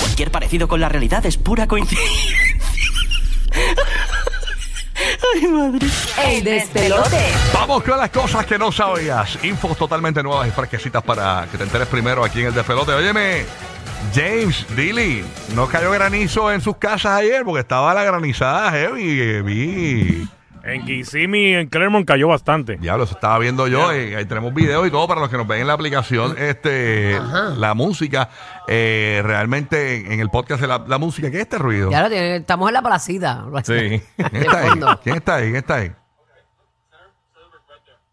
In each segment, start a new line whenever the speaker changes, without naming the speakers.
Cualquier parecido con la realidad es pura coincidencia. Ay, madre.
El despelote.
Vamos con las cosas que no sabías. Infos totalmente nuevas y fresquecitas para que te enteres primero aquí en el despelote. Óyeme, James Dilly, no cayó granizo en sus casas ayer porque estaba la granizada heavy. eh, Vi.
En Kissimmee, en Clermont cayó bastante.
Diablo, eso estaba viendo yo. eh, ahí tenemos videos y todo para los que nos ven en la aplicación. Este, la música, eh, realmente en el podcast de la, la música, ¿qué es este ruido?
Ya lo tiene, estamos en la placida.
Sí.
¿Quién está ahí?
fondo.
¿Quién está ahí? ¿Quién está ahí?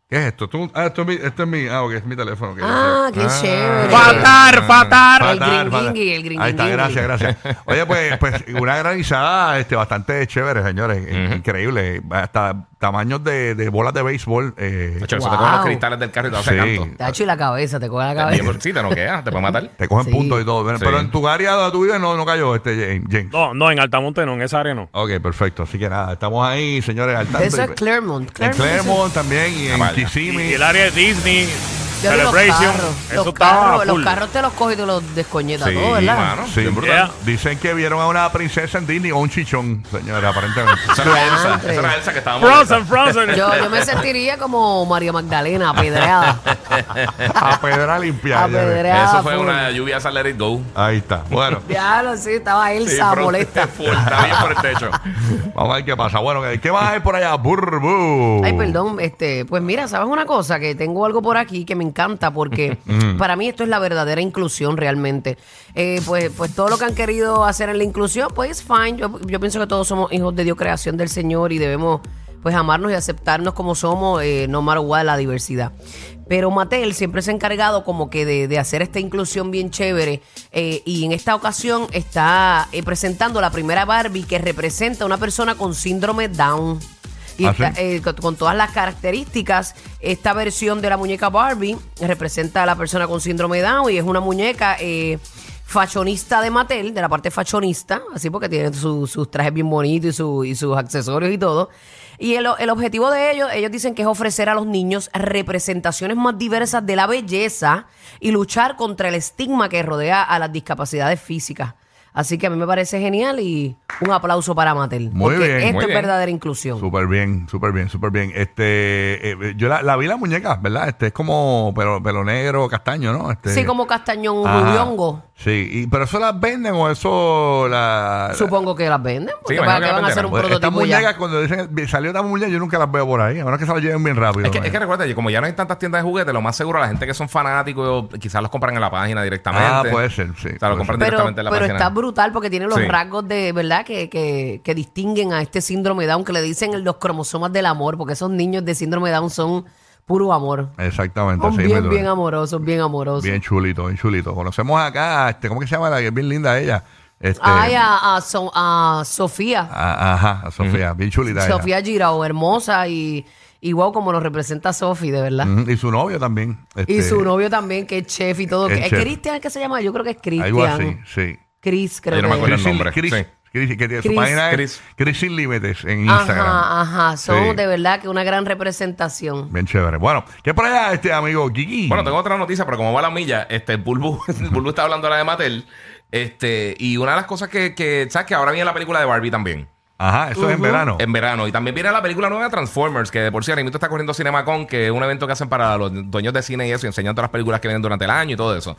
¿Qué es esto? ¿Tú? Ah, esto es mi, esto es mi, ah, ok, es mi teléfono. que
Ah,
yo sé.
qué chévere.
Ah,
Fatar, fatar.
El gringuingui, el
Ahí está,
gringuingui.
gracias, gracias. Oye, pues, pues una granizada este, bastante chévere, señores. Eh, Increíble. Hasta tamaños de, de bolas de béisbol. eh,
Nacho, eso te coge los
Wow.
cristales del carro y te hace
Sí.
Te ha hecho y la cabeza, te coge la cabeza.
canto. Sí, te noqueas, te puede matar.
te cogen
Sí.
puntos y todo. Pero-
Sí.
Pero en tu área donde tú vives no, no cayó este James. James.
No, no, en Altamonte no, en esa área no.
Ok, perfecto. Así que nada, estamos ahí, señores, al tanto.
Eso
Y-
es Claremont.
En Claremont también y en
vaya.
Y,
Kissimmee.
y el área de Disney,
Yo vi los
Celebration,
carros,
eso
los
estaba
carros,
full.
los carros te los coges y te los descoñetas
Sí,
todo, ¿verdad?
mano.
Sí.
bien brutal.
Yeah.
Dicen que vieron a una princesa en Disney o un chichón, señora, aparentemente.
Esa era Elsa,
Madre.
esa era Elsa que estábamos.
Frozen, Frozen.
Yo, yo me sentiría como María Magdalena, apedreada.
a pedra limpia. ya ves.
apedreada.
Eso fue
Ah, full.
una lluvia esa Let It Go.
Ahí está. Bueno,
Ya lo sé, estaba
Sí,
Elsa
Frozen,
molesta.
full, Está bien por el techo.
vamos a ver qué pasa. Bueno, ¿qué más hay por allá? Burbu.
Ay, perdón, este, pues mira, ¿sabes una cosa? Que tengo algo por aquí que me encanta porque
Mm.
para mí esto es la verdadera inclusión realmente. Eh, pues, pues todo lo que han querido hacer en la inclusión, pues es fine. Yo, yo pienso que todos somos hijos de Dios, creación del Señor y debemos pues amarnos y aceptarnos como somos, eh, no matter what, la diversidad. Pero Mattel siempre se ha encargado como que de, de hacer esta inclusión bien chévere eh, y en esta ocasión está eh, presentando la primera Barbie que representa a una persona con síndrome Down. Y
¿Ah, sí?
está- eh, con, con todas las características, esta versión de la muñeca Barbie representa a la persona con síndrome de Down y es una muñeca eh, fashionista de Mattel, de la parte fashionista, así porque tiene su- sus trajes bien bonitos y, su- y sus accesorios y todo. Y el, el objetivo de ellos, ellos dicen que es ofrecer a los niños representaciones más diversas de la belleza y luchar contra el estigma que rodea a las discapacidades físicas. Así que a mí me parece genial y un aplauso para Mattel.
Muy
porque
bien,
esto
muy
es
bien.
verdadera inclusión.
Súper bien, súper bien, súper bien. Este, eh, yo la, la vi la muñeca, ¿verdad? Este es como pelo, pelo negro, castaño, ¿no? Este,
Sí, como castañón
Ajá.
rubiongo.
Sí, y, pero eso las venden o eso la.
Supongo que las venden, porque
imagino
para
que
que
las
van a hacer
venderán.
un
Pues, estas
prototipo ya.
muñecas, cuando dicen salió esta muñeca, yo nunca las veo por ahí, a menos que se las lleven bien rápido.
Es que,
¿no?
es que recuerda, que como ya no hay tantas tiendas de juguetes, lo más seguro la gente que son fanáticos quizás los compran en la página directamente.
Ah, puede ser, sí,
O sea,
puede
lo compran
ser.
Pero,
directamente en la
pero
página.
está brutal porque tiene los
Sí.
rasgos de, ¿verdad? Que, que, que distinguen a este síndrome Down, que le dicen los cromosomas del amor, porque esos niños de síndrome Down son puro amor.
Exactamente,
Son
sí, me
Oh, bien,
duele.
bien amorosos, bien amorosos.
Bien chulito, bien chulito. Conocemos acá, este, ¿cómo que se llama la que es bien linda ella? Este,
Ay, a, a So- a Sofía.
a- ajá, a Sofía, bien chulita. ella.
Sofía Girao, hermosa y, y wow, como nos representa Sofi, de verdad.
Ujú, Y su novio también.
Y
Mm, este,
su novio también, que es chef y todo.
Es
¿Es
chef.
Cristian que se llama? Yo creo que es
Algo así,
Cristian.
sí.
Chris, creo
Yo no me
que
acuerdo
es.
el nombre,
Chris,
sí.
Chris, que tiene su
Chris.
página es Chris.
Eh, Chris.
Sin Límites en Instagram.
Ajá, ajá. Son
Sí.
de verdad que una gran representación.
Bien chévere. Bueno, ¿qué por allá, este amigo Kiki?
Bueno, tengo otra noticia, pero como va la milla, este, el Bulbu, el Bulbu está hablando ahora de Mattel. Este, y una de las cosas que, que, ¿sabes? Que ahora viene la película de Barbie también.
Ajá, eso es en verano.
En verano. Y también viene la película nueva de Transformers, que de por sí ahora mismo está corriendo CinemaCon, que es un evento que hacen para los dueños de cine y eso, y enseñan todas las películas que vienen durante el año y todo eso.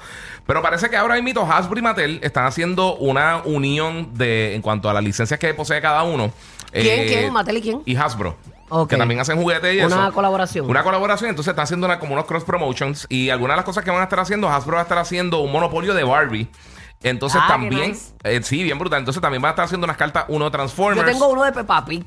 Pero parece que ahora mismo Hasbro y Mattel están haciendo una unión de en cuanto a las licencias que posee cada uno. eh,
¿Quién, quién? ¿Mattel y quién?
Y Hasbro.
Ok.
Que también hacen juguetes y eso.
Una colaboración.
Una colaboración, entonces están haciendo una- como unos cross promotions y algunas de las cosas que van a estar haciendo, Hasbro va a estar haciendo un monopolio de Barbie. Entonces
Ah, qué
también,
nice.
eh, sí, bien brutal. Entonces también van a estar haciendo unas cartas uno
Yo
Transformers.
tengo uno de Peppa Pig.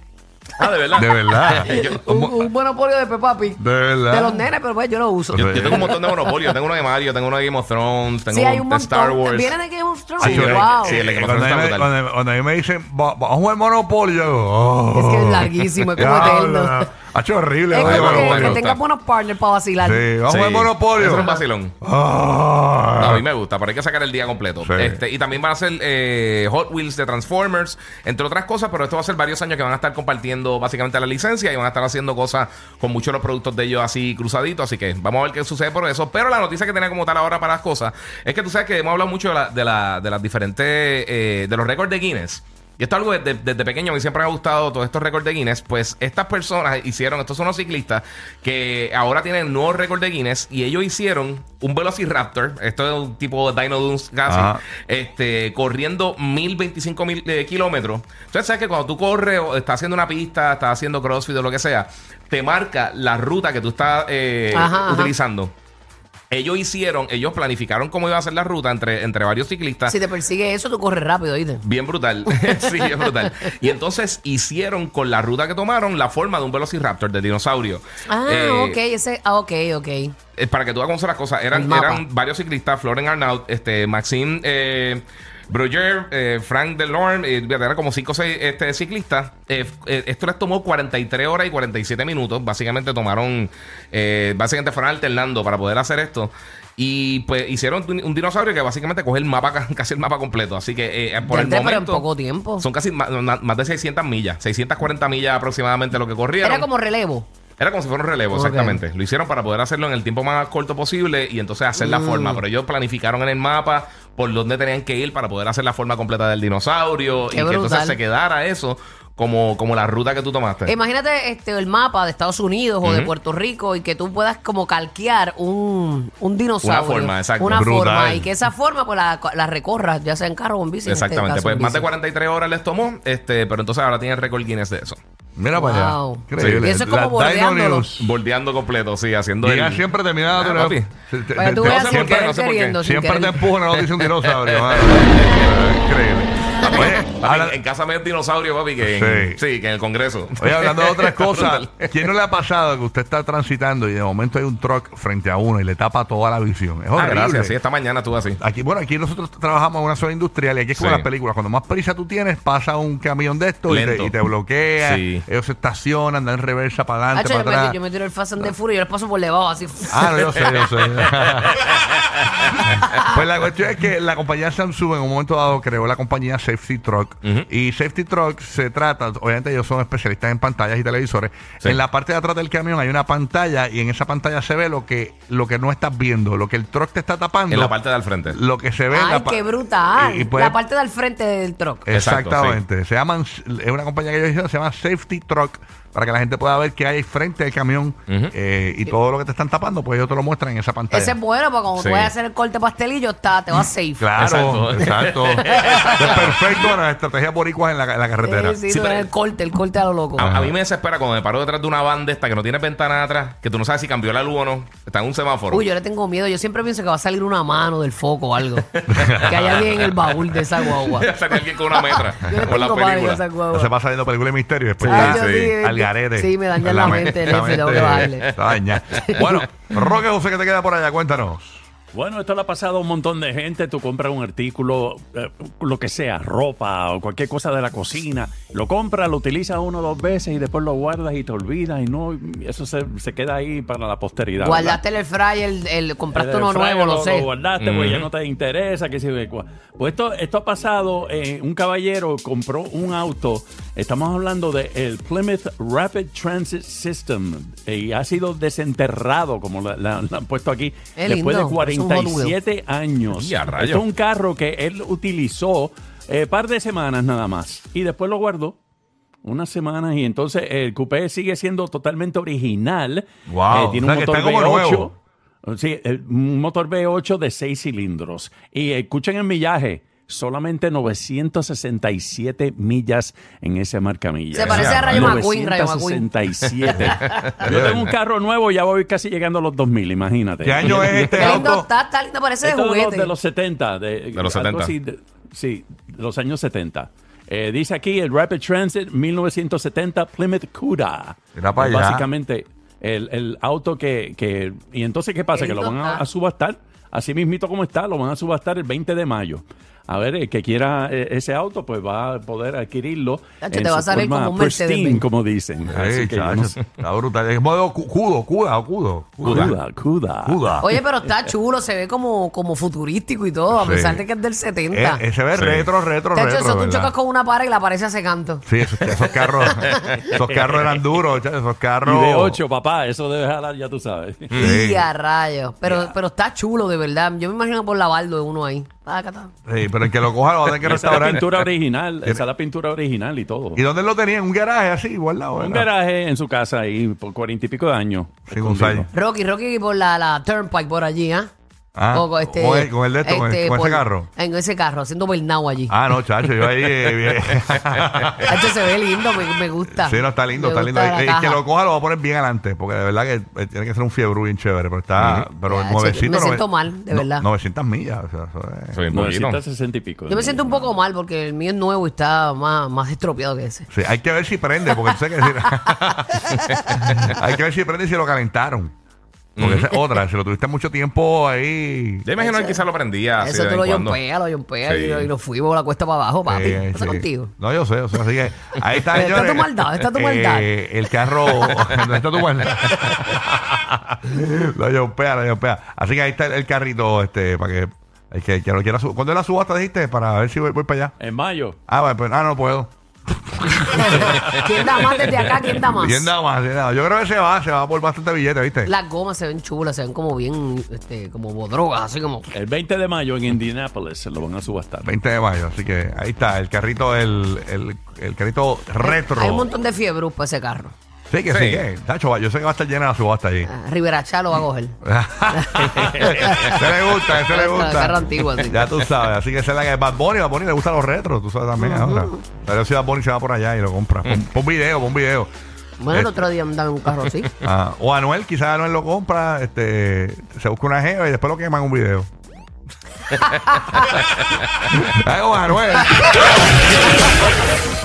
Ah, de verdad.
De verdad.
Eh, yo,
Un, un monopolio de Peppa Pig.
De verdad.
De los nenes, pero pues yo lo uso.
yo- yo tengo un montón de monopolios. Tengo uno de Mario, tengo uno de Game of Thrones, tengo
sí, hay
uno
un
de
montón.
Star Wars.
Viene de Game of Thrones.
Sí, pero-
wow.
sí, el de Game of
Ah, cuando,
Thrones
a
está
mí me,
brutal.
cuando- cuando a mí me dicen, "Va- vamos a jugar Monopoly, yo digo, "Oh".
Es que es larguísimo, es como
Diablo,
eterno.
Ha hecho horrible.
Es
oye,
como
Monopoly.
que, que
gusta.
tengas buenos partners para vacilar.
Sí, vamos
Sí.
a ver Monopolio.
Eso es un vacilón.
Ah.
No, a mí me gusta, pero hay que sacar el día completo.
Sí.
Este, y también van a ser eh, Hot Wheels de Transformers, entre otras cosas, pero esto va a ser varios años que van a estar compartiendo básicamente la licencia y van a estar haciendo cosas con muchos de los productos de ellos así cruzaditos. Así que vamos a ver qué sucede por eso. Pero la noticia que tenía como tal ahora para las cosas es que tú sabes que hemos hablado mucho de, la- de la- de las diferentes, eh, de los récords de Guinness. Y esto es algo desde, desde pequeño, a mí siempre me ha gustado todos estos récords de Guinness. Pues estas personas hicieron, estos son los ciclistas que ahora tienen nuevo récord de Guinness y ellos hicieron un Velociraptor, esto es un tipo de Dino Dunes casi,
Ajá.
este, corriendo 1025 mil eh, kilómetros. Entonces, sabes que cuando tú corres o estás haciendo una pista, estás haciendo crossfit o lo que sea, te marca la ruta que tú estás eh,
Ajá, ajá.
utilizando. Ellos hicieron, ellos planificaron cómo iba a ser la ruta entre, entre varios ciclistas.
Si te persigue eso, tú corres rápido, ¿oíste?
Bien brutal. sí, bien brutal. Y entonces hicieron con la ruta que tomaron la forma de un velociraptor de dinosaurio.
Ah,
Eh,
ok, ese, ah, ok, ok.
eh, Para que tú hagas conocer las cosas,
El
eran,
mapa.
eran varios ciclistas, Florent Arnaud, este, Maxime eh, Brugger, eh, Frank Delorme, eh, fíjate, eran como 5 o 6 este, ciclistas. Eh, f- eh, esto les tomó 43 horas y 47 minutos. Básicamente tomaron, eh, básicamente fueron alternando para poder hacer esto. Y pues hicieron un, un dinosaurio que básicamente coge el mapa, ca- casi el mapa completo. Así que eh, por el
Diantre,
momento...
pero en poco tiempo.
Son casi ma- ma- más, de 600 millas, 640 millas aproximadamente lo que corrieron.
Era como relevo.
Era como si fuera un relevo,
Ok.
exactamente. Lo hicieron para poder hacerlo en el tiempo más corto posible y entonces hacer la forma.
Mm.
Pero ellos planificaron en el mapa por dónde tenían que ir para poder hacer la forma completa del dinosaurio
Qué
y que entonces
brutal.
se quedara eso como, como la ruta que tú tomaste.
Imagínate este, el mapa de Estados Unidos o de
Ujú.
Puerto Rico y que tú puedas como calquear un, un dinosaurio.
Una forma, exacto.
Una
Brutal.
forma. Y que esa forma pues la, la recorras, ya sea en carro o en bici. en este
Exactamente,
caso,
pues
en
más de
bici.
43 horas les tomó, este, pero entonces ahora tienen récord Guinness de eso.
Mira para allá.
Wow.
Increíble.
Sí. Y eso es como
La Dino
bordeándolo.
News.
Volteando completo, sí, haciendo
Llega
el-
siempre terminada.
Ah,
pero-
papi.
se- te-
Para que Pues, tú
te-
veas
no sé
sin
por qué,
querer
no sé por qué.
queriendo, sin
Siempre te
querer.
empujan a la noticia un dinosaurio. mano. Increíble. Oye,
Papi,
habla-
en casa me el dinosaurio, papi, que en,
Sí.
sí, que en el Congreso.
Oye, hablando de otras cosas, ¿quién no le ha pasado que usted está transitando y de momento hay un truck frente a uno y le tapa toda la visión? Es
Ah,
horrible.
gracias. Sí, esta mañana tú así.
Aquí, bueno, aquí nosotros trabajamos en una zona industrial y aquí es como
Sí.
las películas. Cuando más prisa tú tienes, pasa un camión de estos y te,
Lento.
y te bloquea.
Sí,
Ellos se estacionan, dan reversa para
Ah,
adelante,
yo,
para
me, yo
atrás.
me tiro el Fast
Ah.
and the Furious y yo les paso por debajo así.
Ah, no, yo sé, yo sé. pues la cuestión es que la compañía Samsung en un momento dado creó la compañía Safety Truck.
Ujú.
Y Safety Truck se trata, obviamente ellos son especialistas en pantallas y televisores.
Sí.
En la parte de atrás del camión hay una pantalla y en esa pantalla se ve lo que, lo que no estás viendo, lo que el truck te está tapando.
en la parte del frente.
lo que se ve en
Ay,
la pa-
qué brutal.
y- y puede-
la parte del frente del truck.
Exacto,
Exactamente. Se llaman, es una compañía que ellos hicieron, se llama Safety Truck, para que la gente pueda ver qué hay frente al camión
Ujú.
eh, y todo lo que te están tapando, pues ellos te lo muestran en esa pantalla.
Ese es bueno porque cuando
Sí. Mm,
tú vayas a hacer el corte pastelillo, está, te vas safe.
Claro, exacto.
Exacto.
es perfecto para las estrategias boricuas en la, en la carretera.
Sí, sí,
Sí,
tú
pero- Ah,
eres el corte, el corte a lo loco.
A, a mí me desespera cuando me paro detrás de una banda esta que no tiene ventana atrás, que tú no sabes si cambió la luz o no. Está en un semáforo.
Uy, yo le tengo miedo. Yo siempre pienso que va a salir una mano del foco o algo. que hay alguien en el baúl de esa guagua. Yo
Salió alguien con una metra.
le
con la
tengo pánico a esa
No
película.
se
guagua.
pasa viendo películas de misterio y después
Ay,
ya
yo sí,
al garete.
sí, me daña la mente,
la
Lefi, tengo que
mente
bajarle.
está dañada. Bueno, Roque José, que te queda por allá? Cuéntanos.
Bueno, esto le ha pasado a un montón de gente. Tú compras un artículo, eh, lo que sea, ropa o cualquier cosa de la cocina. Lo compras, lo utilizas uno o dos veces y después lo guardas y te olvidas. Y no, eso se, se queda ahí para la posteridad. ¿verdad?
Guardaste el fryer, el, el- compraste
El
uno
airfryer
nuevo, lo sé.
Lo guardaste porque ya no te interesa, que se ve cuál. Pues esto, esto ha pasado, eh, un caballero compró un auto, estamos hablando del el Plymouth Rapid Transit System, eh, y ha sido desenterrado, como la- la- la han puesto aquí,
Qué
después de
lindo, es un Hot Wheel.
47 años.
Ya, rayos.
Esto es un carro que él utilizó eh, par de semanas nada más, y después lo guardó. Unas semanas y entonces el coupé sigue siendo totalmente original. Eh,
Wow,
tiene
o
un
sea, que
motor
está como
V8.
nuevo.
Sí, el- un motor V8 de 6 cilindros. Y escuchen el millaje, solamente 967 millas en ese marcamilla.
Se parece
a Rayo
McQueen, Rayo McQueen.
967. Yo tengo un carro nuevo y ya voy casi llegando a los 2000, imagínate.
¿Qué año es este
Qué lindo
auto?
está, está lindo, parece de
Esto de los,
juguete.
de los 70. De,
los
algo
70.
así de- sí, de los años 70. Eh, dice aquí el Rapid Transit 1970 Plymouth Cuda.
Mira pa'
Es
allá.
Básicamente el, el auto que, que... Y entonces, ¿qué pasa?
Qué
Que lo
lindo
van a,
está.
a subastar. Así mismito como está, lo van a subastar el 20 de mayo. a ver, el que quiera eh, ese auto, pues va a poder adquirirlo.
Tacho,
en
te va
su
a salir
forma
como un Mercedes
pristine,
Benz.
como dicen. Así
Ey,
que yo
chacho,
no sé.
Está brutal. Es modo cu- cudo, cuda, o cudo.
Cuda, cuda.
Cuda.
Oye, pero está chulo, se ve como, como futurístico y todo, a
Sí.
pesar de que es del 70.
Eh, eh, se ve retro, retro,
de hecho,
retro.
eso tú
¿verdad?
chocas con una pared y la pared se hace canto.
Sí, esos, esos carros, esos carros eran duros, chacho, esos carros.
Y de 8, papá, eso debe jalar, ya tú sabes.
Sí.
Y a rayos. Pero, pero está chulo, de verdad. Yo me imagino por lavarlo de uno ahí.
Ah,
Tacata.
Sí, pero el que lo coja lo va a tener que
Esa es la
restaurar.
pintura original, esa es la pintura original y todo.
¿Y dónde lo tenían? ¿Un garaje así, guardado?
Un
¿verdad?
garaje en su casa ahí por cuarenta y pico de años.
Sí, Gonzalo.
Rocky, Rocky por la, la Turnpike por allí, ¿ah?
Ah,
O este-
con el- con el de esto, con el- con ese carro.
En ese carro, haciendo Bernau allí.
Ah, no, chacho, yo ahí. eh,
Esto se ve lindo, me, me gusta.
sí, no, está lindo,
Me
está lindo.
gusta la
El
caja.
que lo coja lo va a poner bien adelante, porque de verdad que eh, tiene que ser un fiebre bien chévere, pero está. Pero el
Ya,
nuevecito.
che, me
nove-
siento mal, de
no-
verdad.
900 millas, o sea, eso es-
Soy un poquito.
960 y pico.
Yo me siento un poco mal porque el mío es nuevo y está más, más estropeado que ese.
Sí, hay que ver si prende, porque tú sabes que hay que ver si prende y si lo calentaron. Porque esa es otra, si lo tuviste mucho tiempo ahí.
Yo imagino que quizás lo prendía.
Ah,
así
Eso
de
tú lo pues,
vez en cuando.
jompeas, lo jompeas
Sí.
y, lo- y lo fuimos la cuesta para abajo, papi.
eh,
¿Qué pasa
sí.
contigo?
No, yo sé, o sea, así que ahí
Está
está,
tu
señores.
maldad, está tu maldad.
Eh, el carro, no está tu maldad. lo yompea, lo yompea. Así que ahí está el, el carrito, este, para que el que, el que lo quiera subir. ¿Cuándo es la subasta, dijiste? Para ver si voy, voy para allá.
En mayo.
Ah, bueno, pues, ah, no puedo.
¿Quién da más desde acá? ¿Quién da más?
Bien, nada más, bien, nada más. Yo creo que se va, se va por bastante billete, ¿viste?
Las gomas se ven chulas, se ven como bien, este, como drogas, así como.
El 20 de mayo en Indianapolis se lo van a subastar.
20 de mayo, así que ahí está, el carrito, el, el, el carrito retro.
Hay un montón de fiebre para ese carro.
Sí, que sí,
Sí.
que. Tacho, va- yo sé que va a estar llena la subasta allí.
Ah, Rivera Chá lo va a coger. Ah.
ese le gusta, ese le
Carro-
gusta.
carro antiguo, así.
Ya tú sabes, así que esa es la que Bad Bunny, Bad Bunny le gustan los retros, tú sabes también ahora. Pero si Bad Bunny se va por allá y lo compra. Pon, pon video, pon video.
Bueno, el
Este,
otro día andaba en un carro así.
ah, o Anuel, quizás Anuel lo compra, este, se busca una jeva y después lo queman un video. Hago Ah, Anuel.